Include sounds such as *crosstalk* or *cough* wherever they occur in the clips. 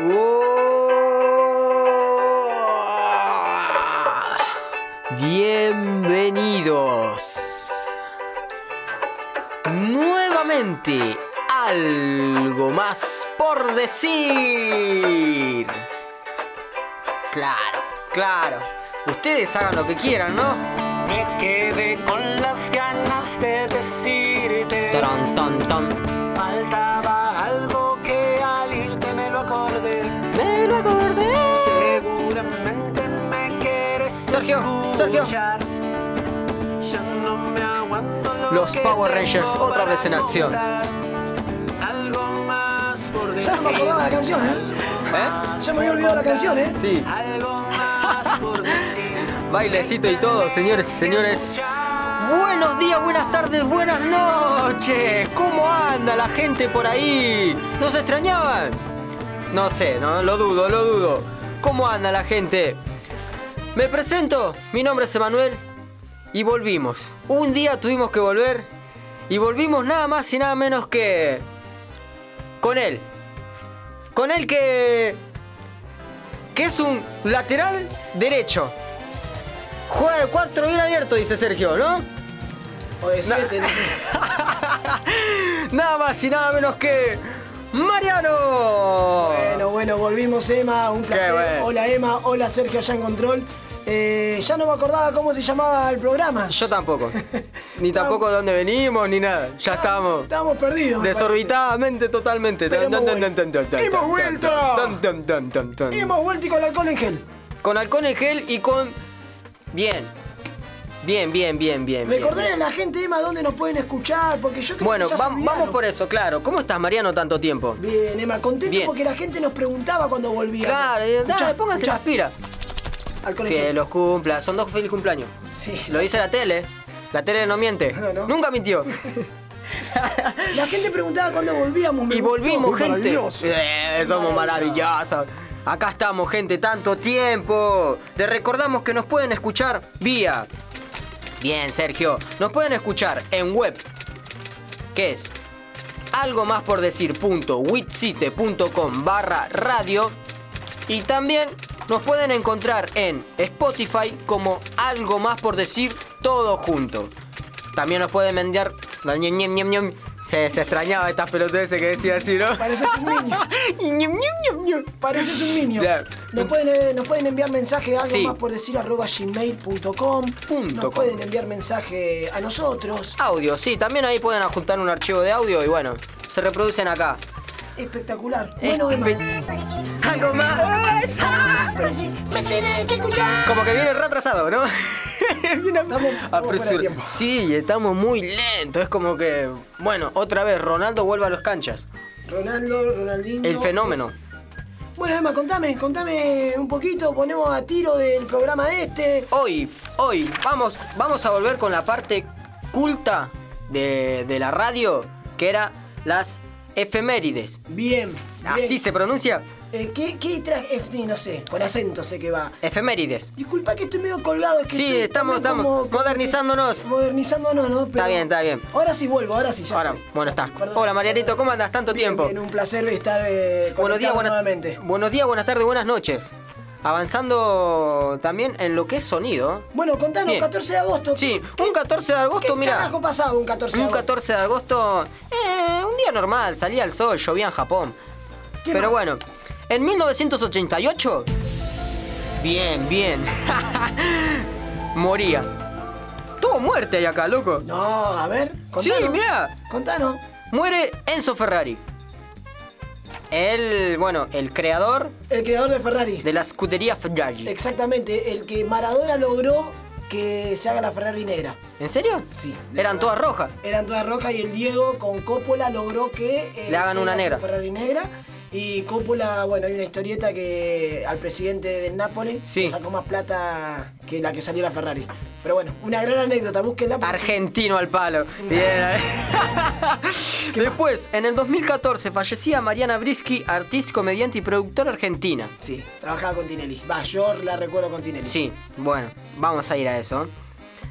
Oh. Bienvenidos nuevamente. Algo más por decir. Claro, claro. Ustedes hagan lo que quieran, ¿no? Me quedé con las ganas de decirte. Taran, tan, tan. Faltaba algo que al irte me lo acordé. Me lo acordé. Seguramente me quieres Sergio, Sergio. escuchar. Ya no me aguanto lo Los que Power tengo Rangers, otra para vez en acción. contar. Algo más por Ya no me decir. acordaba la canción, ¿eh? ¿Eh? Ya me había olvidado la canción, ¿eh? Sí, Algo más *laughs* por decir. bailecito y todo, señores y señores. Buenos días, buenas tardes, buenas noches. ¿Cómo anda la gente por ahí? ¿Nos extrañaban? No sé, no, lo dudo, lo dudo. ¿Cómo anda la gente? Me presento, mi nombre es Emanuel y volvimos. Un día tuvimos que volver y volvimos nada más y nada menos que con él. Con él que que es un lateral derecho. Juega de 4 bien abierto, dice Sergio, ¿no? O de siete, no sé. *laughs* Nada más y nada menos que Mariano. Bueno, bueno, volvimos Emma, un placer. bueno. Hola Emma, hola Sergio allá en control. Eh, ya no me acordaba cómo se llamaba el programa. Yo *laughs* tampoco. Ni tampoco de dónde venimos, ni nada. Ya estábamos Estábamos perdidos. me desorbitadamente totalmente. Pero hemos Tan, vuelto. tan, tan, tan, tan, ¡Hemos tan, vuelto! tan, tan, tan, tan, tan. parece. Y hemos vuelto y con alcohol en gel. Con halcón en gel y con... Bien. Bien, bien, bien, bien. bien, Recordarle a bien. la gente, Emma, dónde nos pueden escuchar, porque yo creo Bueno, que ya se vam- olvidaron. vamos por eso, claro. ¿Cómo estás, Mariano, tanto tiempo? Bien, Emma, contento Bien. porque la gente nos preguntaba cuando volvía. Claro, eh, Escuchá, dale, pónganse escuchá, las pilas. Alcohol en Que gel. los cumpla. Son dos feliz cumpleaños. Sí. Lo dice la tele. La tele no miente. *laughs* No, no. Nunca mintió. La gente preguntaba cuándo volvíamos. me Y gustó. volvimos, Muy gente. maravilloso. Eh, somos maravillosos. Acá estamos, gente, tanto tiempo. Les recordamos que nos pueden escuchar vía. Bien, Sergio. Nos pueden escuchar en web. Que es algo más por decir punto witsite punto com barra radio. Y también nos pueden encontrar en Spotify como algo más por decir todo junto. También nos pueden enviar. ñem, ñem, ñem, ñem. Se, se extrañaba estas pelotudeces que decía así, ¿no? Pareces un niño. *laughs* Y ñem, ñem, ñem, ñem. Pareces un niño. Ya. Nos, pueden, eh, nos pueden enviar mensaje a algo Sí. más por decir arroba gmail.com. Punto Nos com. pueden enviar mensaje a nosotros. Audio, sí, también ahí pueden adjuntar un archivo de audio y bueno, se reproducen acá. Espectacular. Bueno, Emma. Algo más. Como que viene retrasado, *laughs* ¿no? Viene Estamos- estamos apresur- fuera de tiempo. Ah, Sí, estamos muy lentos. Es como que. Bueno, otra vez, Ronaldo vuelve a los canchas. Ronaldo, Ronaldinho. El fenómeno. es- Bueno, Emma, contame, contame un poquito. Ponemos a tiro del programa este. Hoy, hoy, vamos, vamos a volver con la parte culta de, de la radio, que era las efemérides. Bien. ¿Así bien. Ah, se pronuncia? Eh, ¿Qué, qué tra- eh, No sé, con acento sé que va. Efemérides. Disculpa que estoy medio colgado. es que Sí, estoy estamos- también estamos modernizándonos. Modernizándonos, ¿no? Pero- bien, está bien. Ahora sí vuelvo, ahora sí. ya Ahora, estoy. bueno, está. Perdón. Hola, Marianito, ¿cómo andas? Tanto Bien, tiempo. bien, un placer estar eh, Buenos días, buenas, nuevamente. buenos días, buenas tardes, buenas noches. Avanzando también en lo que es sonido. Bueno, contanos, Bien. 14 de agosto. Sí, ¿qué- un 14 de agosto, ¿Qué mira. carajo pasaba un 14 de Un agosto? 14 de agosto, eh, un día normal, salía el sol, llovía en Japón. ¿Qué Pero más? bueno, en 1988, bien, bien, *laughs* moría. Todo muerte hay acá, loco. No, a ver, Sí, contanos. mirá. Contanos. Muere Enzo Ferrari. El, bueno, el creador El creador de Ferrari. de la escudería Ferrari. Exactamente, el que Maradona logró que se haga la Ferrari negra. ¿En serio? Sí, de Eran verdad. todas rojas. Eran todas rojas y el Diego con Coppola logró que eh, Le hagan una tenga su negra. Ferrari negra. Y Coppola, bueno, hay una historieta que al presidente del Nápoles Sí. le sacó más plata que la que salió la Ferrari. Pero bueno, una gran anécdota, búsquenla. porque- Argentino al palo. *laughs* Bien. eh. Después, en el 2014, fallecía Mariana Brisky, artista, comediante y productora argentina. Sí, trabajaba con Tinelli. Va, yo la recuerdo con Tinelli. Sí, bueno, vamos a ir a eso.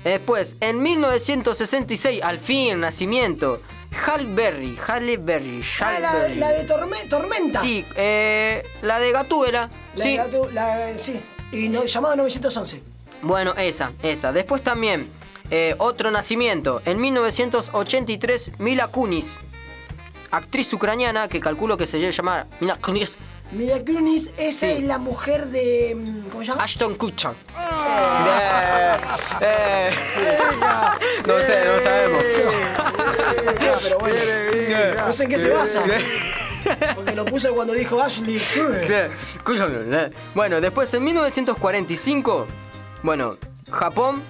Después, en 1966, al fin, nacimiento Hal Berry, Halle Berry, Ah, Hal la, Berry. la de torme- Tormenta. Sí, eh, la de Gatúbela. La sí. de la tu- la- sí. Y no, llamado 911. Bueno, esa, esa. Después también, eh, otro nacimiento. En 1983, Mila Kunis, actriz ucraniana que calculo que se debe llamar Mila Kunis, Mila Kunis, esa Sí. es la mujer de. mm, ¿Cómo se llama? Ashton Kutcher. Eh, eh, *laughs* no sé, no sabemos. *laughs* Ah, pero bueno. No sé en qué se basa. Porque lo puse cuando dijo Ashley. Claro, escúchame, eh. Bueno, después en 1945, bueno, Japón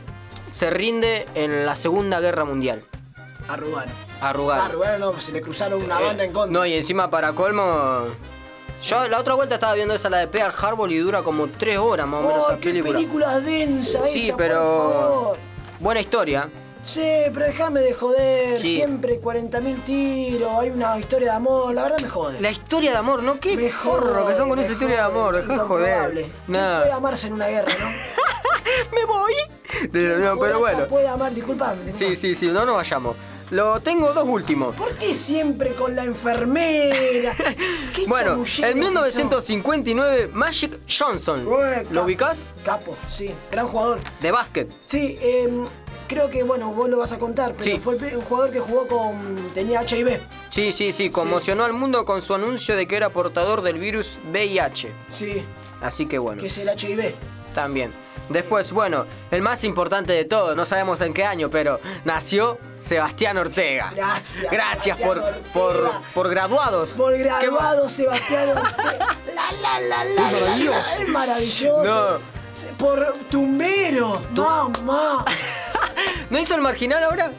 se rinde en la Segunda Guerra Mundial. A Rugano. Arrugado. A Rugano no, se le cruzaron una Eh, banda en contra. No, y encima para colmo. Yo la otra vuelta estaba viendo esa, la de Pearl Harbor, y dura como tres horas más o menos Oh, esa qué película. película densa sí, esa, pero. por favor. Buena historia. Sí, pero déjame de joder. Sí. Siempre 40.000 tiros, hay una historia de amor. La verdad me jode. La historia de amor, ¿no? Qué Me forro que son con jode, esa me historia de jode, amor, dejá de incomprobable. *laughs* joder. ¿Quién puede Nada. amarse en una guerra, no? *laughs* Me voy. De- no, Poeta pero bueno. puede amar, disculpame. Sí, disculpame. sí, sí, no nos vayamos. Lo tengo dos últimos. ¿Por qué siempre con la *laughs* enfermera? Qué Bueno, chamulleros en que 1959, Magic Johnson. Bueno, ¿Lo ca- ubicás? son. Capo, sí, gran jugador. De básquet. Sí, eh, creo que, bueno, vos lo vas a contar, pero Sí. fue el pe- un jugador que jugó con... tenía HIV. Sí, sí, sí, conmocionó al mundo con su anuncio de que era portador del virus VIH. Sí, Así que bueno, que es el HIV. también. Después, bueno, el más importante de todo, no sabemos en qué año, pero nació Sebastián Ortega. Gracias, Gracias Sebastián por, Ortega. por, por graduados. Por ¿Qué más? graduado, Sebastián *laughs* Ortega. La, la, la, la, la, la, es maravilloso. No. Se- Por tumbero, mamá. ¿No hizo el marginal ahora?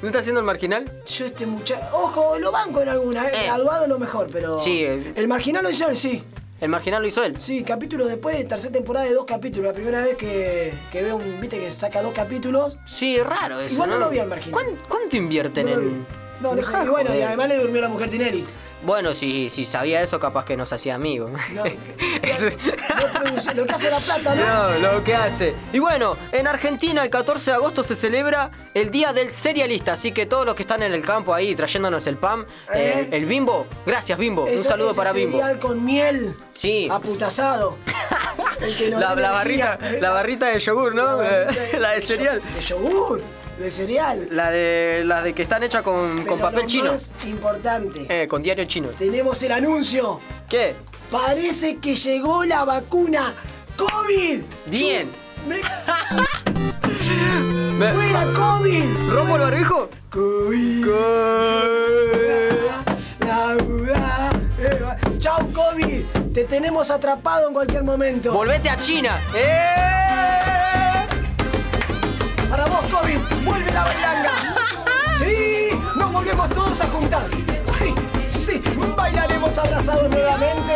¿No está haciendo el marginal? Yo este muchacho... Ojo, lo banco en alguna, eh. Eh. graduado lo mejor, pero... Sí, eh. El marginal lo hizo él, sí. El marginal lo hizo él. Sí, capítulos después de la tercera temporada de dos capítulos. La primera vez que, que veo un viste que saca dos capítulos. Sí, raro eso. Igual no lo vi al marginal. ¿Cuán- ¿Cuánto invierten No lo vi. en.? No, no sé. Dejá Y bueno, y joder. además le durmió la mujer Tinelli. Bueno, si, si sabía eso, capaz que nos hacía amigos. No, *laughs* Eso- no produce- lo que hace la plata, ¿no? *laughs* No, lo que hace. Y bueno, en Argentina el 14 de agosto se celebra el Día del Cerealista, así que todos los que están en el campo ahí trayéndonos el pan, eh, Eh. el Bimbo, gracias Bimbo, un Ese- saludo ese para Bimbo. cereal con miel. Sí. *laughs* Aputazado. El que nos La, da la energía, barrita, ¿eh? la barrita de yogur, ¿no? La Eh, barrita *laughs* La, de yo- cereal. De yogur. De cereal. La de las de que están hechas con, Pero con papel lo chino. más importante. Eh, con diario chino. Tenemos el anuncio. ¿Qué? Parece que llegó la vacuna COVID. Bien. Chu- me- Me- ¡Fuera COVID! ¿Rompo el barbijo? COVID. La duda. eh, va- ¡Chau, COVID! Te tenemos atrapado en cualquier momento. ¡Volvete a China! ¡Eh! Para vos, COVID, vuelve la bailanga. Sí, nos volvemos todos a juntar. Sí, sí, bailaremos abrazados nuevamente.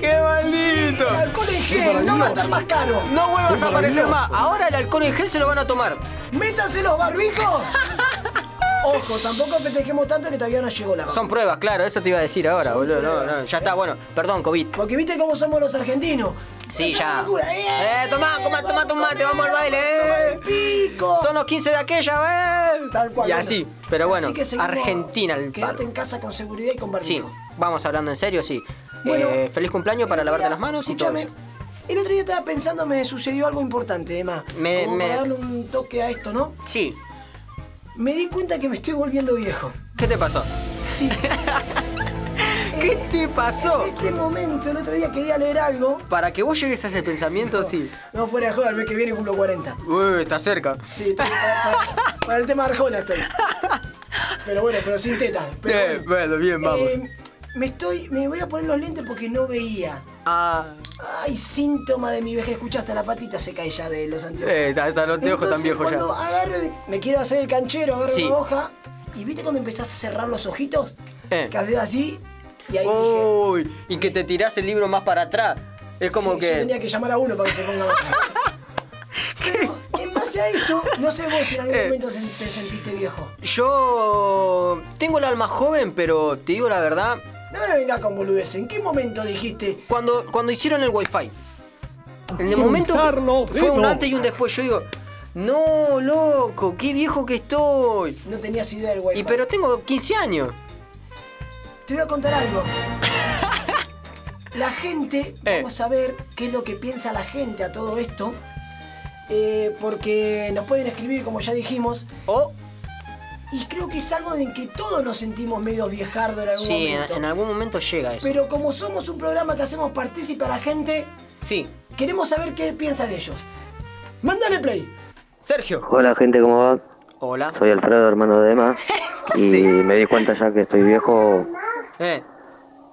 ¡Qué maldito! El alcohol en gel no va a estar más caro. No vuelvas a aparecer maravilloso. más. Ahora el alcohol en gel se lo van a tomar. Métanse *laughs* los barbijos. Ojo, tampoco festejemos tanto que todavía no llegó la vacuna. Son pruebas, claro, eso te iba a decir ahora, Son boludo. No, pruebas, no, ya está, bueno, perdón, COVID. Porque viste cómo somos los argentinos. Sí, Esta ya. locura, Eh, tomá, comá, tomá, tomá, te vamos al baile, Toma eh. el pico. Son los 15 de aquella, eh. Tal cual. Y bueno. así, pero bueno, Así que seguimos. Argentina el palo. Quédate en casa con seguridad y con Sí, barbijo. vamos hablando en serio, sí. Bueno, Eh, feliz cumpleaños para El lavarte día- las manos y todo escúchame, eso. El otro día estaba pensando, me sucedió algo importante, Emma. Me- Como me- para darle un toque a esto, ¿no? Sí. Me di cuenta que me estoy volviendo viejo. ¿Qué te pasó? *laughs* Sí. Eh, ¿Qué te pasó? En este momento, el otro día quería leer algo. Para que vos llegues a ese pensamiento, sí. No, fuera de joda, el mes que viene cumplo 40. Uy, está cerca. Sí, estoy para, para- para el tema de Arjona estoy. Pero bueno, pero sin teta. Pero Bien, bueno, bien, vamos. Eh, me estoy. Me voy a poner los lentes porque no veía. Ah, Ay, síntoma de mi vejez. Escuchaste, la patita se cae ya de los anteojos. eh, está, está, no te ojo tan Entonces, viejo ya. cuando agarro, me quiero hacer el canchero, agarro Sí. una hoja y viste cuando empezás a cerrar los ojitos, Eh. Oh, que haces así y ahí dije, Uy, y que te tirás el libro más para atrás. Es como "Sí, yo que. tenía que llamar a uno para que se ponga más. Pero en base a eso, no sé vos si en algún Eh. momento se- te sentiste viejo. Yo tengo el alma joven, pero te digo la verdad, No me vengas con boludeces. ¿En qué momento dijiste? cuando, cuando hicieron el wifi. En el momento que- fue un antes y un después. Yo digo, No, loco, qué viejo que estoy. No tenías idea del wifi. Y pero tengo 15 años. Te voy a contar algo. La gente, Eh. vamos a ver qué es lo que piensa la gente a todo esto. eh, porque nos pueden escribir, como ya dijimos. O Y creo que es algo en que todos nos sentimos medio viejardo en algún sí, en, momento. en algún momento llega eso. Pero como somos un programa que hacemos partícipe a la gente, Sí. queremos saber qué piensan ellos. ¡Mándale play! Sergio. Hola gente, ¿cómo va? Hola. Soy Alfredo, hermano de Emma. Sí. Y me di cuenta ya que estoy viejo Eh,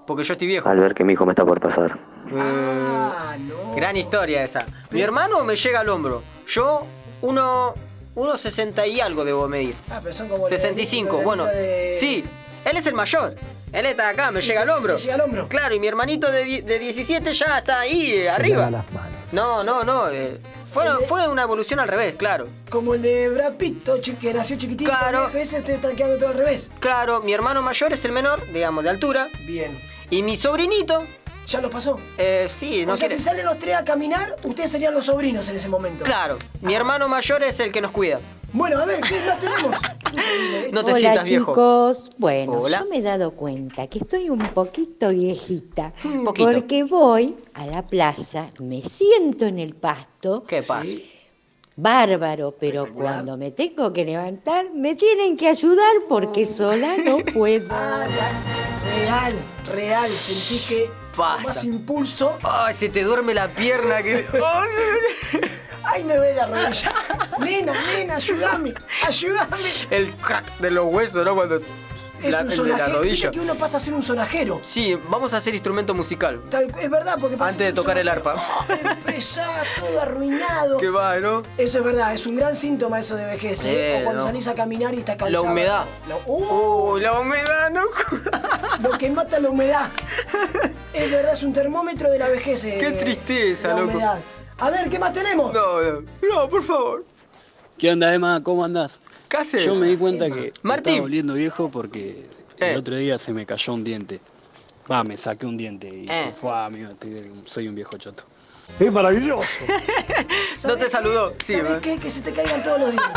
porque yo estoy viejo. al ver que mi hijo me está por pasar. Eh, Ah, no. Gran historia esa. Mi hermano me llega al hombro. Yo, uno, uno 60 y algo debo medir. Ah, pero son como los 65, deditos bueno. de- Sí, él es el mayor. Él está acá, me llega al hombro. llega al hombro. Claro, y mi hermanito de, die- de 17 ya está ahí, eh, arriba. No, no, no. eh, fue, fue una evolución al revés, claro. Como el de Brad Pitt, todo chi- que nació chiquitito. Claro. viejo Ese, ustedes están quedando todo al revés. Claro, mi hermano mayor es el menor, digamos, de altura. Bien. Y mi sobrinito, ¿Ya los pasó? eh, sí, no o sea, quiere- si salen los tres a caminar, ustedes serían los sobrinos en ese momento. Claro, Ah. mi hermano mayor es el que nos cuida. Bueno, a ver, ¿qué más *laughs* tenemos? Increíble, No te Hola sientas viejo. chicos, bueno, Hola. yo me he dado cuenta que estoy un poquito viejita, Un poquito. porque voy a la plaza, me siento en el pasto, ¿Qué pasa? bárbaro, pero cuando me tengo que levantar me tienen que ayudar porque sola no puedo. Ah, la- real, real. Sentí que Pasa. más impulso. Ay, se te duerme la pierna *laughs* que. Ay, Ay, me duele la rodilla. nena, nena, ayúdame, ayúdame. el crack de los huesos, ¿no? Cuando. Es la, un el de la sonajero. rodilla. Viste que uno pasa a ser un sonajero. Sí, vamos a hacer instrumento musical. Tal- es verdad, porque pasa a Antes ser de un tocar el sonajero. arpa. Oh, empezá todo arruinado. Que va, ¿no? Eso es verdad, es un gran síntoma eso de vejez, ¿eh? Eh, o cuando no. salís a caminar y estás cansado. humedad. La- ¡Uh! Oh, la humedad, ¿no? *laughs* Lo que mata la humedad. Es verdad, es un termómetro de la vejez. eh, Qué tristeza, la loco. humedad. A ver, ¿qué más tenemos? No, no, no, por favor. ¿Qué onda, Emma? ¿Cómo andás? Casi. Yo me di cuenta que me Martín. estaba volviendo viejo porque Eh. el otro día se me cayó un diente. Va, me saqué un diente y Eh. fue, amigo, estoy- soy un viejo choto. Es maravilloso. No te saludó. Sí, ¿Sabes va. qué? Que se te caigan todos los dientes.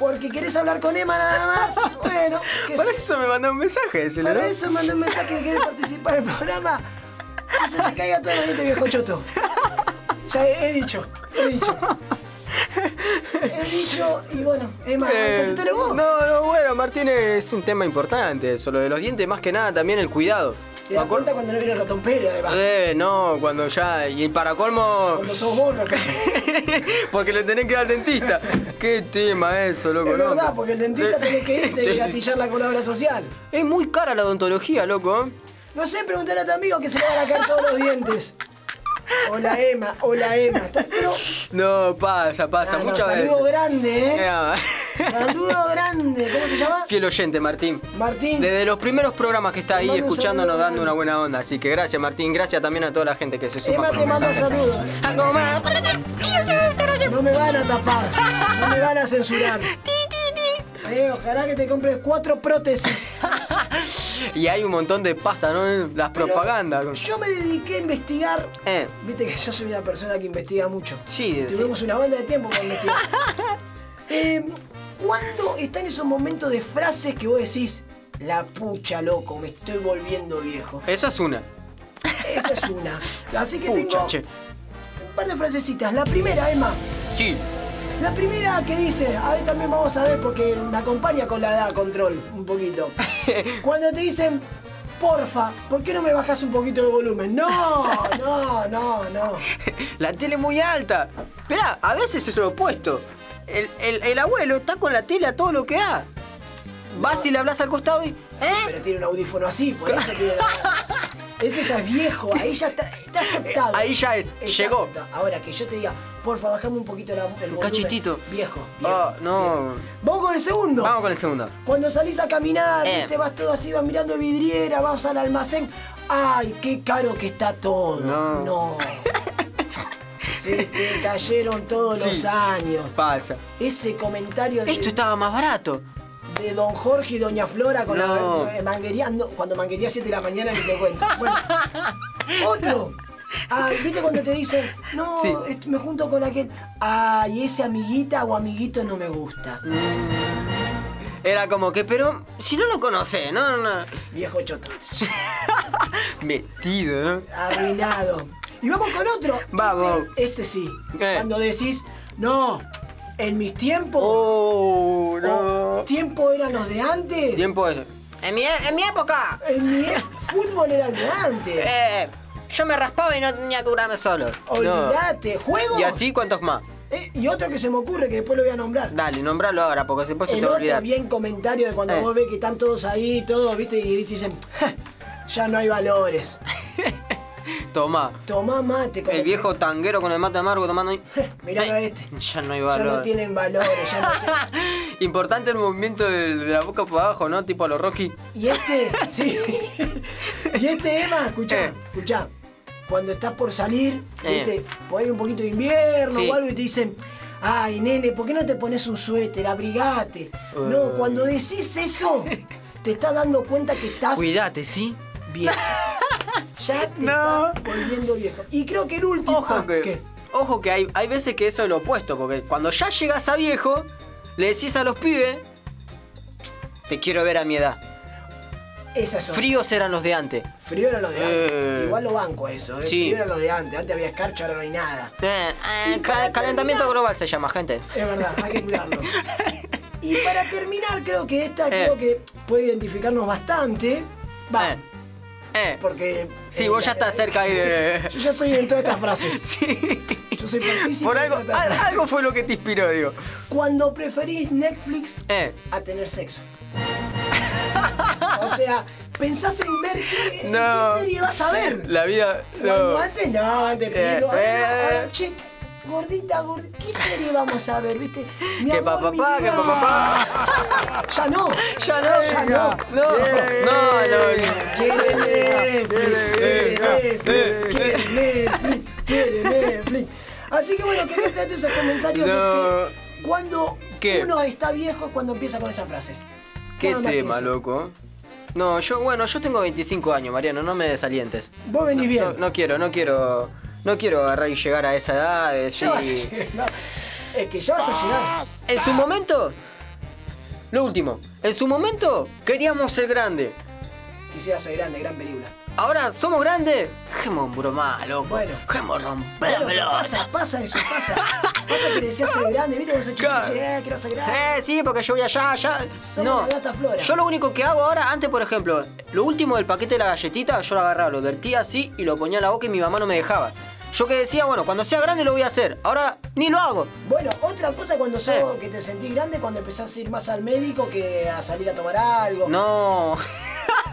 Porque querés hablar con Emma nada más. Bueno, que Para se- eso me mandó un mensaje, decirle, ¿no? para eso mandé un mensaje que querés participar en el programa. Que se te caigan todos los dientes, viejo choto. Ya he, he dicho, he dicho. He dicho, y bueno, Emma, Eh, contestale vos. No, no, bueno, Martín es un tema importante eso, lo de los dientes, más que nada también el cuidado. Te das cuenta cuando no viene el ratón Pérez, además. Eh, no, cuando ya. Y para colmo. Cuando sos vos, loca. *laughs* Porque le tenés que ir al dentista. Qué tema eso, loco, Es ¿no? verdad, porque el dentista Eh, tenés que ir y *laughs* tenés que gatillar la colabora social. Es muy cara la odontología, loco. No sé, preguntar a tu amigo que se le van a caer todos los dientes. Hola Emma, hola Emma. ¿Estás- Pero, No, pasa, pasa, Ah, no, muchas veces. saludo grande, ¿eh? Ah, Saludo grande. ¿Cómo se llama? Fiel oyente, Martín. Martín. Desde los primeros programas que está Te ahí mando un escuchándonos, saludo dando una grande. buena onda. Así que gracias, Martín. Gracias también a toda la gente que se suma. Emma con te los manda mensajes. saludos. *laughs* Algo más. No me van a tapar, no me van a censurar. Eh, ojalá que te compres cuatro prótesis. Y hay un montón de pasta, ¿no? Las Pero propagandas. Yo me dediqué a investigar. Eh. Viste que yo soy una persona que investiga mucho. Sí, Tuvimos una banda de tiempo para investigar. *laughs* Eh, ¿Cuándo están esos momentos de frases que vos decís, la pucha, loco, me estoy volviendo viejo? Esa es una. Esa es una. Así que Pucha, tengo che. un par de frasecitas. La primera, Emma. Sí. *laughs* La primera que dice, a ver también vamos a ver porque me acompaña con la edad control un *laughs* poquito. Cuando te dicen, porfa, ¿por qué no me bajas un poquito el volumen? No, no, no, no. La tele muy alta. Esperá, a veces es lo opuesto. El, el- el abuelo está con la tele a todo lo que da. Vas y le hablas al costado y. ¿Eh? Pero tiene un audífono así, por eso tiene *laughs* la- Ese ya es viejo, ahí ya está, está aceptado. Ahí ya es, Está llegó. aceptado. Ahora que yo te diga, porfa, bajame un poquito la, el volumen. cachitito. Viejo, viejo. Ah, no. viejo. Vamos con el segundo. Vamos con el segundo. Cuando salís a caminar, Eh. te vas todo así, vas mirando vidriera, vas al almacén. ¡Ay, qué caro que está todo! No. *laughs* Se te cayeron todos los Sí. años. Pasa. Ese comentario de, Esto estaba más barato. de Don Jorge y Doña Flora con No. *laughs* la eh, manguería. no, cuando manguería a 7 de la mañana ni te cuento. Bueno. Otro. Ay, ¿viste cuando te dicen, no, Sí. est- me junto con aquel? Ay, ese amiguita o amiguito no me gusta. Era como que, pero si no lo conocés, ¿no? no. Viejo choto. Metido, ¿no? Arruinado. Y vamos con otro. Vamos. Este, este sí. ¿Qué? Cuando decís, no, en mis tiempos, Oh, o tiempo eran los de antes. Tiempo eso. En mi, en mi época, En mi e- fútbol era el de antes. eh, yo me raspaba y no tenía que curarme solo. No. Olvídate, juego. Y así, ¿cuántos más? Eh, y otro que se me ocurre que después lo voy a nombrar. Dale, nombralo ahora, porque después se El te otro olvida. bien comentario de cuando Eh. vos ves que están todos ahí, todos, viste, y dicen, "Ja, ya no hay valores. Tomá. Tomá mate con El *laughs* viejo tanguero con el mate amargo tomando. ahí. Miralo a este. Ya no hay Ya valor. no tienen valores, ya no tienen- *laughs* Importante el movimiento de, de la boca para abajo, ¿no? Tipo a los Rocky. Y este, sí. y este, Emma, escuchá, Eh. escuchá. Cuando estás por salir, Eh. viste, por ahí un poquito de invierno Sí. o algo y te dicen, ay, nene, ¿por qué no te pones un suéter? Abrigate. No, Ay. cuando decís eso, te estás dando cuenta que estás Cuídate, ¿sí? viejo. *laughs* Ya te No. estás volviendo viejo. Y creo que el último. Ojo ah, que. ¿qué? Ojo que hay, hay veces que eso es lo opuesto, porque cuando ya llegas a viejo, le decís a los pibes. Te quiero ver a mi edad. Esas son. Fríos eran los de antes. Frío era lo de antes. Eh. Igual lo banco eso, ¿eh? Sí. Frío era lo de antes. Antes había escarcha, ahora no hay nada. Eh, eh, Y ca- para calentamiento terminar- global se llama, gente. Es verdad, hay *laughs* que cuidarlo. Y para terminar, creo que esta Eh. creo que puede identificarnos bastante. Va, Eh, eh. porque. Sí, eh, vos ya la- estás cerca ahí de. *laughs* Yo ya estoy en todas *laughs* estas frases. Sí. Yo soy partícipe Por de algo, todas estas al- frases. algo fue lo que te inspiró, digo. Cuando preferís Netflix Eh. a tener sexo. o sea, pensás en ver qué, qué No. serie vas a ver. La vida. Cuando no. antes, no, antes Eh, pilo, ahora, no, eh. ahora, che, gordita, gordita, ¿qué serie vamos a ver, viste? Mi Que amor, pa' mi papá, vida, que pa' papá. Ya no. Ya no, ya venga. no. No, no, no. Quiere Netflix, quiere eh, eh, Netflix, quiere Netflix, quiere Netflix. Así que bueno, quería traerte esos comentarios No. de que cuando ¿Qué? uno está viejo es cuando empieza con esas frases. Qué Nada más que tema, eso. loco. No, yo, bueno, yo tengo 25 años, Mariano, no me desalientes. Vos venís bien. No, no quiero, no quiero. No quiero agarrar y llegar a esa edad. eh, Ya vas a sí. llegar. no. Es que ya vas a llegar. En su momento. Lo último. En su momento queríamos ser grandes. Quisiera ser grande, gran película. Ahora somos grandes. Dejemos bromar, loco. Bueno. Dejemos romper la Bueno, pero pelota. pasa, pasa eso, pasa. Pasa que decías ser grande, viste, vos sos chiquito, Claro. y decís, eh, quiero ser grande. Eh, sí, porque yo voy allá, allá. Somos no. la gata Flora. Yo lo único que hago ahora, antes, por ejemplo, lo último del paquete de la galletita, yo lo agarraba, lo vertía así y lo ponía en la boca y mi mamá no me dejaba. Yo que decía, bueno, cuando sea grande lo voy a hacer. Ahora ni lo hago. Bueno, otra cosa cuando sos, Eh. que te sentís grande, cuando empezás a ir más al médico que a salir a tomar algo. No. *laughs*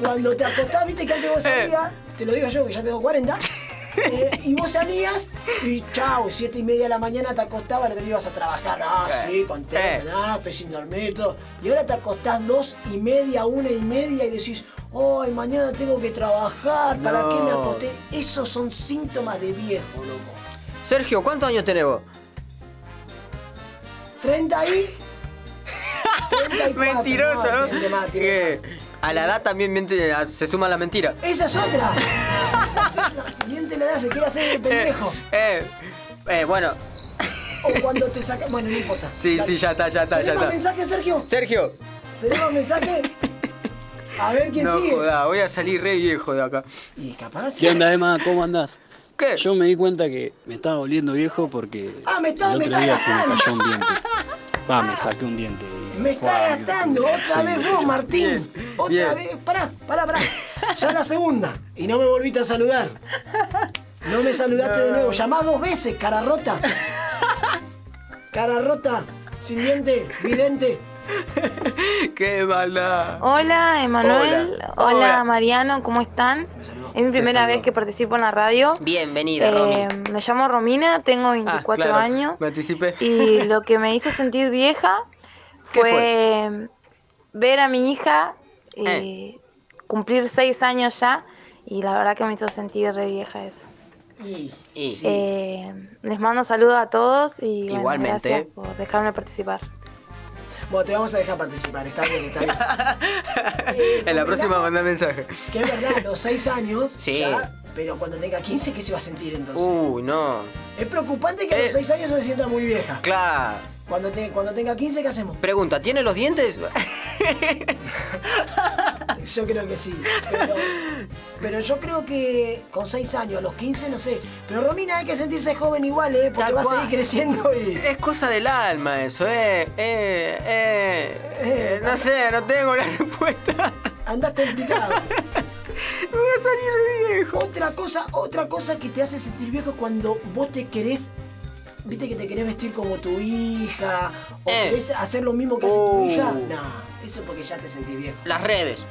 Cuando te acostás, viste que antes vos Eh. salías, te lo digo yo que ya *laughs* tengo 40, eh, y vos salías y chao, siete y media de la mañana te acostabas, lo que ibas a trabajar, ah, Eh. sí, contento, Eh. ah, estoy sin dormir, todo. Y ahora te acostás dos y media, una y media y decís, ay, mañana tengo que trabajar, ¿para qué me No. acosté? Esos son síntomas de viejo, loco. Sergio, ¿cuántos años tenés vos? 30 y... 34, *laughs* Mentiroso, no, ¿no? Eh. miente más, tiene Que a la edad también miente- a- se suma la mentira. Esa es otra. *laughs* Miente la edad, se quiere hacer el pendejo. Eh, eh, bueno, O cuando te saca. Bueno, no importa. sí, Dale. sí, ya está, ya está, ya ¿Tenemos está. mensaje, Sergio? Sergio, ¿Tenemos mensaje? A ver quién no sigue. joda, voy a salir re viejo de acá. Y capaz. ¿Qué onda, Emma? ¿Cómo andás? ¿Qué? Yo me di cuenta que me estaba volviendo viejo porque Ah, me está- el me otro está día se me gastando. cayó un diente. Va, me saqué un diente. y Me fue está a- gastando otra Sí, vez vos, Martín. Bien, Otra bien. vez. Pará, pará, pará. Ya la segunda. Y no me volviste a saludar. No me saludaste de nuevo. Llamás dos veces, cara rota. Cara rota, sin diente, vidente. Qué maldad. Hola, Emanuel. Hola. Hola. Hola. Mariano, ¿cómo están? Es mi primera vez que participo en la radio. Bienvenida, Eh, me llamo Romina, tengo 24 Ah, claro, años. me anticipé. Y lo que me hizo sentir vieja ¿Qué fue, ver a mi hija eh, cumplir 6 años ya. Y la verdad que me hizo sentir re vieja eso. Y. Y. sí. Eh, les mando saludos a todos y bueno, Igualmente. gracias por dejarme participar. Bueno, te vamos a dejar participar. Está bien, está bien. *laughs* En la próxima manda mensaje. Que es verdad, a los seis años Sí. ya Pero cuando tenga 15, ¿qué se va a sentir entonces? Uy, no. es preocupante que a los Eh. 6 años se sienta muy vieja. Claro. Cuando, te- cuando tenga 15, *laughs* ¿qué hacemos? Pregunta, ¿tiene los dientes? *laughs* Yo creo que sí. Pero, pero yo creo que con 6 años, a los 15, no sé. Pero Romina hay que sentirse joven igual, ¿eh? Porque Tal va a cual. seguir creciendo *laughs* y. es cosa del alma eso, eh. Eh, eh, eh, no sé, no tengo la respuesta. *laughs* Andás complicado. Me voy a salir re viejo. otra cosa, otra cosa que te hace sentir viejo es cuando vos te querés. Viste que te querés vestir como tu hija. O Eh. querés hacer lo mismo que hace Uh. tu hija. Nah, eso porque ya te sentís viejo. Las redes.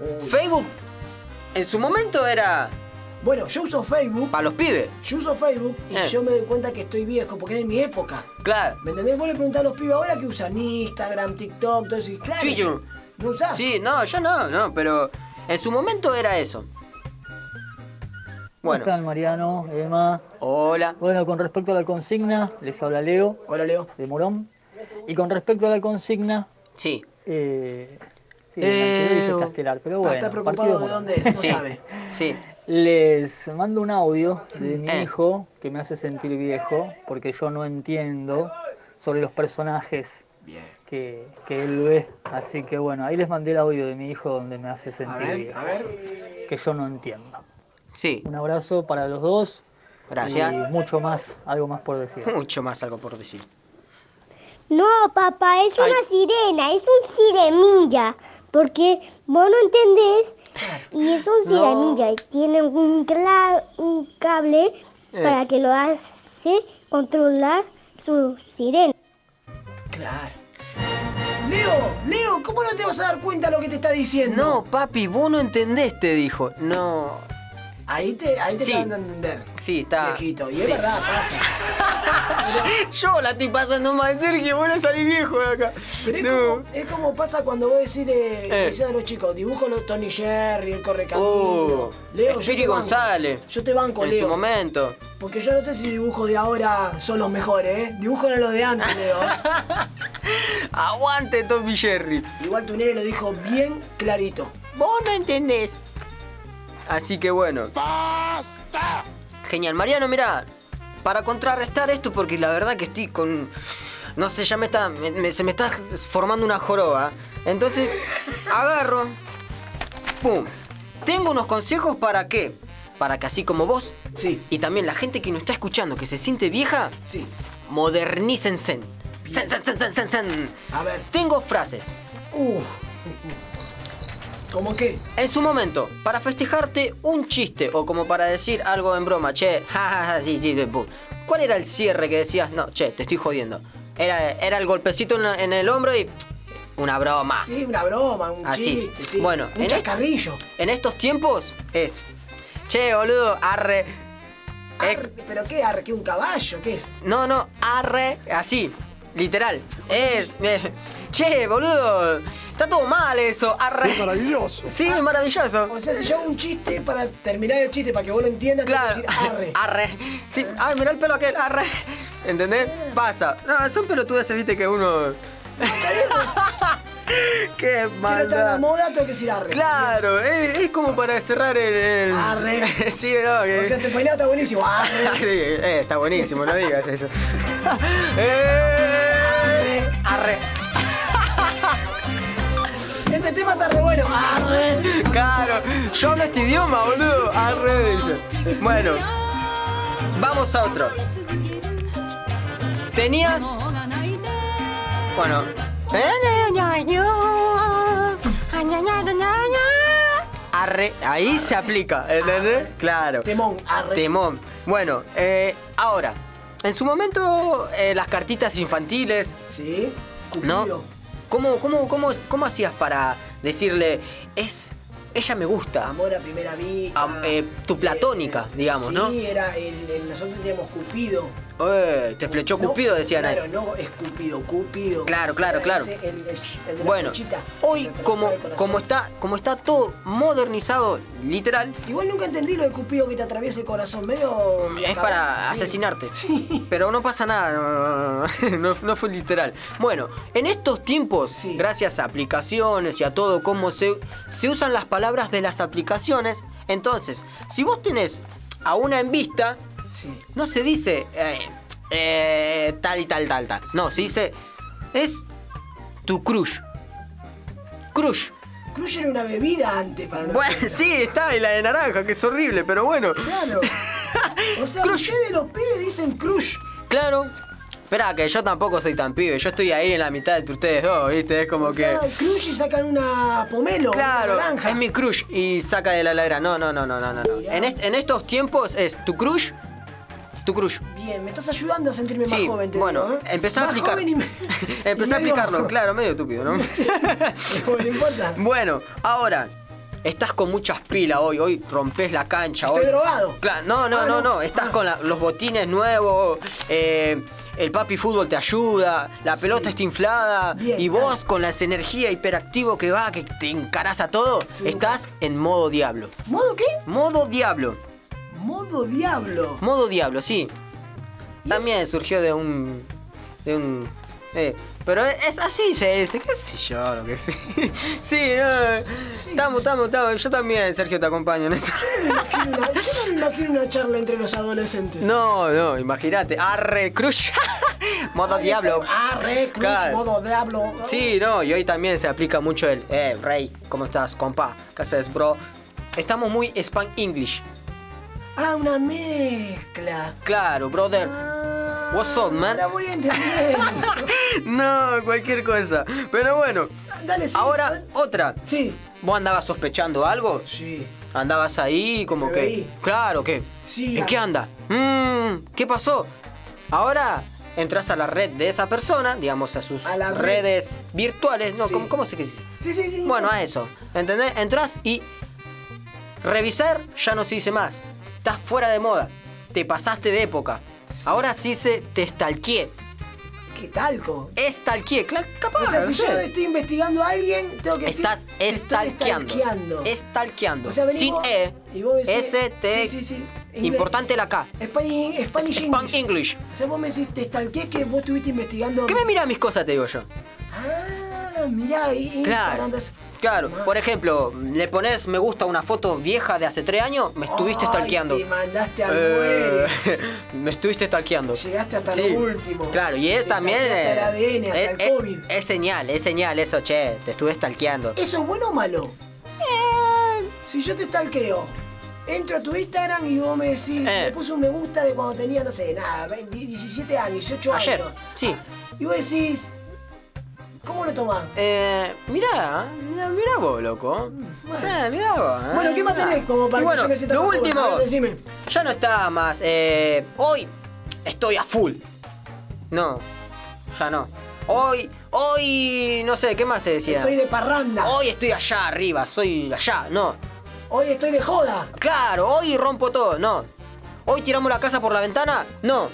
Uy. Facebook en su momento era Bueno, yo uso Facebook. para los pibes. Yo uso Facebook y Eh. yo me doy cuenta que estoy viejo porque es de mi época. Claro. ¿Me entendés? Vos le preguntás a los pibes ahora que usan Instagram, TikTok, todo eso. y Claro, Twitter. yo- ¿No usás? Sí, no, yo no, no, pero en su momento era eso. Bueno. Bueno, Mariano, Emma? hola. Bueno, con respecto a la consigna, les habla Leo Hola, Leo. de Morón. Y con respecto a la consigna, Sí. eh, sí, Eh, anterior dije o- Castelar, pero Ah, bueno. está partido preocupado de Morón. dónde es, no Sí. sabe. Sí. Les mando un audio de mi Eh. hijo que me hace sentir viejo porque yo no entiendo sobre los personajes que, que él ve. Así que bueno, ahí les mandé el audio de mi hijo donde me hace A sentir ver, viejo, a ver. que yo no entiendo. Sí. Un abrazo para los dos. Gracias. Y mucho más, algo más por decir. Mucho más algo por decir. No, papá, es una sirena, es un sireninja, porque vos no entendés y es *laughs* un sireninja y tiene un, cla- un cable Eh. para que lo hace controlar su sirena. Claro. Leo, Leo, ¿cómo no te vas a dar cuenta de lo que te está No, diciendo? papi, vos no entendés, te dijo. No. Ahí te, ahí te Sí. van a entender. Sí, está. Viejito, y es Sí. verdad, pasa. *laughs* Yo la estoy pasando mal, Sergio, voy a salir viejo de acá. Pero es, No. como, es como pasa cuando vos decís de, Eh. decís a los chicos, dibujo los Tony Jerry, el correcamino. Oh, Leo, yo Espiri te banco. González. Yo te banco, En Leo. su momento. Porque yo no sé si dibujos de ahora son los mejores, ¿eh? Dibujos eran los de *laughs* antes, Leo. Aguante, Tommy Jerry. Igual tu nene lo dijo bien clarito. Vos no entendés. Así que bueno. Genial. Mariano, mirá. Para contrarrestar esto, porque la verdad que estoy con. No sé, ya me está. me- me- se me está formando una joroba. Entonces, agarro. Pum. Tengo unos consejos para qué. Para que así como vos. Sí. Y también la gente que nos está escuchando, que se siente vieja, Sí. modernícense. Sen, sen, sen, sen, sen, sen. A ver. Tengo frases. Uf. ¿Cómo qué? En su momento, para festejarte un chiste o como para decir algo en broma, che, *laughs* jajaja, sí, sí, de pu- ¿cuál era el cierre que decías? No, che, te estoy jodiendo. Era, era el golpecito en, la- en el hombro y una broma. Sí, una broma, un Así. chiste, sí. Ah, Bueno, en un este- chascarrillo. En estos tiempos es, che, boludo, arre. Eh, Ar- ¿Pero qué? ar- ¿Qué? ¿Un caballo? ¿Qué es? no, no, arre, así, literal. Es, eh, che, boludo, está todo mal eso, arre. Maravilloso. Sí, maravilloso. O sea, si yo hago un chiste para terminar el chiste, para que vos lo entiendas, Claro. Ah, tengo que decir arre. Arre. Sí. Ay, mirá el pelo aquel. Arre. ¿Entendés? Pasa. No, son pelotudeces, viste, que uno... *laughs* Qué Quiero estar a la maldad. moda, tengo que decir arre. Claro. Es, es como para cerrar el... el- Arre. *laughs* sí, no. que- O sea, tu peinado está buenísimo. Ah, Arre. sí, eh, está buenísimo, no digas eso. *laughs* Eh, arre. Este tema está re bueno. Arre. Claro, yo hablo este idioma, boludo. Arre, dice. Bueno, vamos a otro. Tenías. Bueno. Arre, ahí se aplica, ¿entendés? Claro. Temón, arre. Temón. Bueno, eh, ahora, en su momento eh, las cartitas infantiles, Sí. ¿no? Cumplido. ¿Cómo, cómo, cómo, cómo hacías para decirle, es, ella me gusta? Amor a primera vista. Am- eh, tu platónica, digamos, sí, ¿no? Sí, era el, el- nosotros teníamos Cupido. Eh, te flechó No, Cupido, decían ahí. Claro, no es Cupido, Cupido. Claro, claro, Era claro. ese, el- el- el de la Bueno, flechita, hoy que atravesaba como, el corazón. como, está, como está todo modernizado, literal, Igual nunca entendí lo de Cupido que te atraviesa el corazón, medio... es para asesinarte. *laughs* Sí. Pero no pasa nada, no, *laughs* no, no, no, no fue literal. Bueno, en estos tiempos, Sí. gracias a aplicaciones y a todo cómo se, se usan las palabras de las aplicaciones, Entonces, si vos tenés a una en vista, Sí. no se dice eh, eh, tal y tal, tal, tal. No, se dice es tu crush. Crush. Cruz era una bebida antes para nosotros. Bueno, *laughs* sí, está en la de naranja, que es horrible, pero bueno. *laughs* Claro. O sea, Crush. ustedes de los pibes dicen crush. Claro. Espera, que yo tampoco soy tan pibe. Yo estoy ahí en la mitad entre ustedes dos, ¿viste? Es como O que. sea, crush y sacan una pomelo, Claro, una naranja. es mi crush y saca de la ladera. No, no, no, no, no, no. no. En, est- en estos tiempos es tu crush, tu crush. Bien, me estás ayudando a sentirme Sí, más joven. te bueno, digo, ¿eh? empezá a Más aplicar. joven y me- *laughs* *laughs* y empezá a medio- aplicarlo, claro, medio estúpido, ¿no? Bueno, *laughs* no importa. bueno, ahora, estás con muchas pilas hoy, hoy rompes la cancha. Estoy hoy. drogado. Cla- no, no, Ah, no, no. no, estás con la- los botines nuevos, eh, el papi fútbol te ayuda, la pelota está inflada Bien, y vos con la energía hiperactivo que va, que te encarás a todo, Sí. estás en modo diablo. ¿Modo qué? Modo diablo. *laughs* Modo diablo. Modo Diablo, sí. ¿Y También surgió de un. de un. eh, pero es así se dice, qué sé *laughs* yo, lo que sí. sí, no. Estamos, estamos, estamos. Yo también, Sergio, te acompaño en *laughs* eso. Me imagino una- Yo no me imagino una charla entre los adolescentes. No, no, imagínate. Arre, crush. *laughs* modo Ahí Diablo. está. Ah, re crush, Claro. modo diablo. Sí, no, y hoy también se aplica mucho el. Eh, Rey, ¿cómo estás, compa? ¿Qué haces, bro? Estamos muy Span English. Ah, una mezcla. Claro, brother. Ah, What's up, man? Ahora voy a entender. *laughs* no, cualquier cosa. Pero bueno. Dale, sí. Ahora, otra. Sí. ¿Vos andabas sospechando algo? Sí. Andabas ahí como que... FBI. Claro, que... Sí, ¿En ah. qué anda? Mm, ¿Qué pasó? Ahora entras a la red de esa persona, digamos a sus A la red. redes virtuales, ¿no? Sí. ¿Cómo, cómo se que dice? Sí, sí, sí. Bueno, a eso. ¿Entendés? Entras y... Revisar ya no se dice más. Estás fuera de moda. Te pasaste de época. Ahora sí se te estalqué. ¿Qué talco? Estalqué, cla- capaz. O sea, no si sé. yo estoy investigando a alguien, tengo que decir, Estás te estoy estalqueando. Estalqueando. O sea, venís Sin vos E. y vos decís- S, T. Sí, sí, sí. Inglés. Importante la K. Spanish, Spanish Span English. English. O sea, vos me decís, te estalqué que vos estuviste investigando. ¿Qué me mira mis cosas, te digo yo? Ah, mirá, ahí Claro. Claro. Por ejemplo, le pones me gusta a una foto vieja de hace tres años, me estuviste stalkeando. Te mandaste al Eh, *laughs* muere. me estuviste stalkeando. Llegaste hasta Sí. lo último. Claro, y él Te también. saqueaste el eh, ADN, hasta es, el es- COVID. es señal, es señal eso, che. Te estuve stalkeando. ¿Eso es bueno o malo? Si yo te stalkeo, entro a tu Instagram y vos me decís, Eh. me puse un me gusta de cuando tenía, no sé, nada, 20, 17 años, 18 Ayer, años. sí. Y vos decís, ¿cómo lo tomás? Eh, mirá, mirá, mirá vos, loco. Eh, mirá vos. eh, Bueno, ¿qué más mirá. tenés como Y para que bueno, yo me sienta Lo más joven? último, A ver, decime. ya no está más. eh, hoy estoy a full. No, ya no. Hoy, hoy, no sé, ¿qué más se decía? Estoy de parranda, Hoy estoy allá arriba, soy allá, no. hoy estoy de joda. Claro, hoy rompo todo, no. Hoy tiramos la casa por la ventana, no.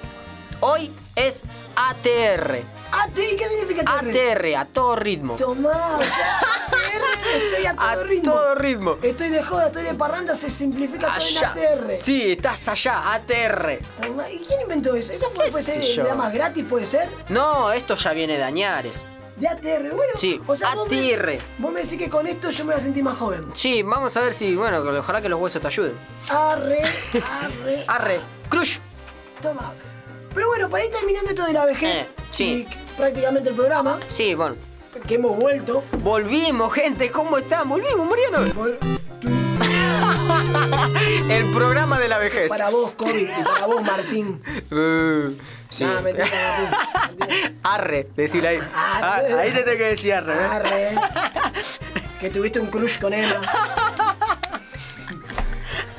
Hoy es ATR. AT, ¿qué significa ATR? ATR, a todo ritmo. *laughs* Tomá, o sea, ATR, estoy a todo A ritmo. todo ritmo. Estoy de joda, estoy de parranda, se simplifica Allá. todo en ATR. Sí, estás allá, ATR. Tomá, ¿Y quién inventó eso? ¿Eso fue, ¿Qué puede sé ser, yo? de más gratis, puede ser? No, esto ya viene de Añares. De ATR, bueno. Sí, vos me- ATR. Vos me decís que con esto yo me voy a sentir más joven. Sí, vamos a ver si, bueno, ojalá que los huesos te ayuden. *laughs* Arre, arre. Arre, Crush. Toma. Pero bueno, para ir terminando esto de la vejez, Eh, sí. y prácticamente el programa, Sí, bueno. que hemos vuelto. Volvimos, gente, ¿cómo están? Volvimos, Mariano. vol- El programa de la vejez. Para vos, COVID, y para vos, Martín. *laughs* Uh, sí. Nah, mentira, Martín. Mentira. *laughs* Arre, decirle ahí. Ah, Arre. ahí te tengo que decir arre. ¿eh? Arre. Que tuviste un crush con él.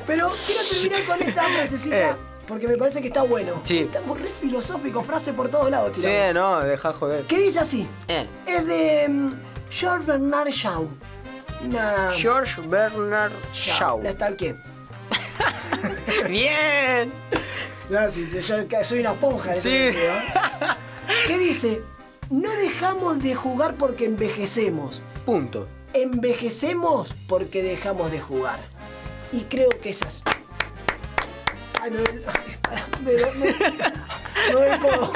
Pero quiero terminar con esta *laughs* frasecita. Eh. Porque me parece que está bueno. Sí. Estamos re filosóficos, frase por todos lados, Sí, tiramos. no, deja joder. ¿Qué dice así? Eh, Es de mm, George Bernard Shaw. Una... George Bernard Shaw. La stalkeé. Bien. No, si- si yo ca- soy una esponja. de Sí. ese sentido, *laughs* ¿eh? ¿Qué dice? No dejamos de jugar porque envejecemos. Punto. Envejecemos porque dejamos de jugar. Y creo que esas. Ay, me duele. ay, pará, me duele- me- me duele el codo.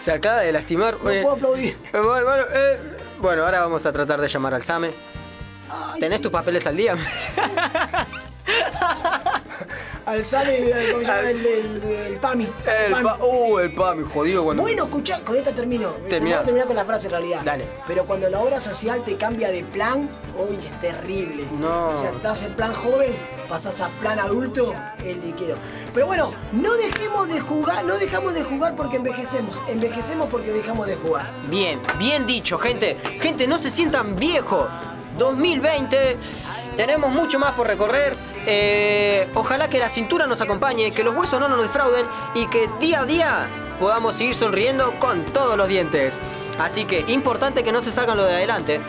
Se acaba de lastimar. No eh, puedo aplaudir. eh, bueno, bueno, eh, bueno, ahora vamos a tratar de llamar al SAME. Ay, *laughs* ¿Tenés sí. tus papeles al día? Al Sami, eh, ¿cómo se llama? El, el- el Pami. El Pami. pa uh, el pa, mi jodido cuando. Bueno, escuchá, con esta termino. Terminá. Termino terminar con la frase en realidad. Dale. Pero cuando la obra social te cambia de plan, hoy es terrible. No. O sea, estás en plan joven, pasas a plan adulto, el líquido. Pero bueno, no dejemos de jugar, no dejamos de jugar porque envejecemos. Envejecemos porque dejamos de jugar. Bien, bien dicho, gente. Gente, no se sientan viejos. 2020. Tenemos mucho más por recorrer. Eh, ojalá que la cintura nos acompañe, que los huesos no nos defrauden y que día a día podamos seguir sonriendo con todos los dientes. Así que importante que no se salgan lo de adelante.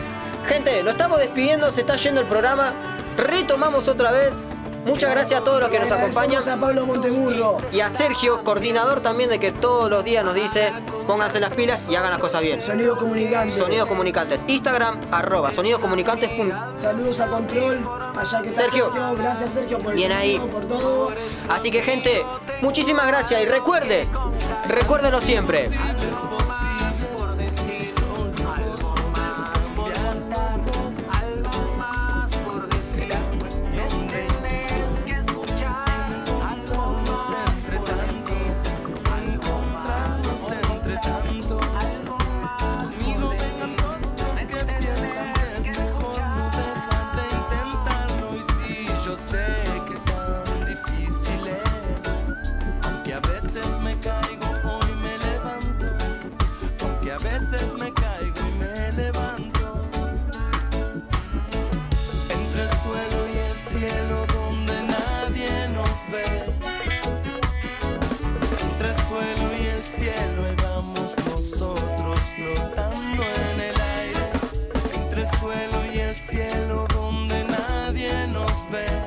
Gente, nos estamos despidiendo, se está yendo el programa. Retomamos otra vez. Muchas gracias a todos los que nos acompañan. Agradecemos a Pablo Montemurro. Y a Sergio, coordinador también de que todos los días nos dice, pónganse las pilas y hagan las cosas bien. Sonido comunicante. Sonidos Comunicantes. Instagram, arroba, sonidoscomunicantes. pun- Saludos a Control. Allá que está Sergio. Gracias, Sergio, por el Bien ahí. sonido, por todo. Así que gente, muchísimas gracias y recuerde, recuérdenlo siempre. entre el suelo y el cielo donde nadie nos ve.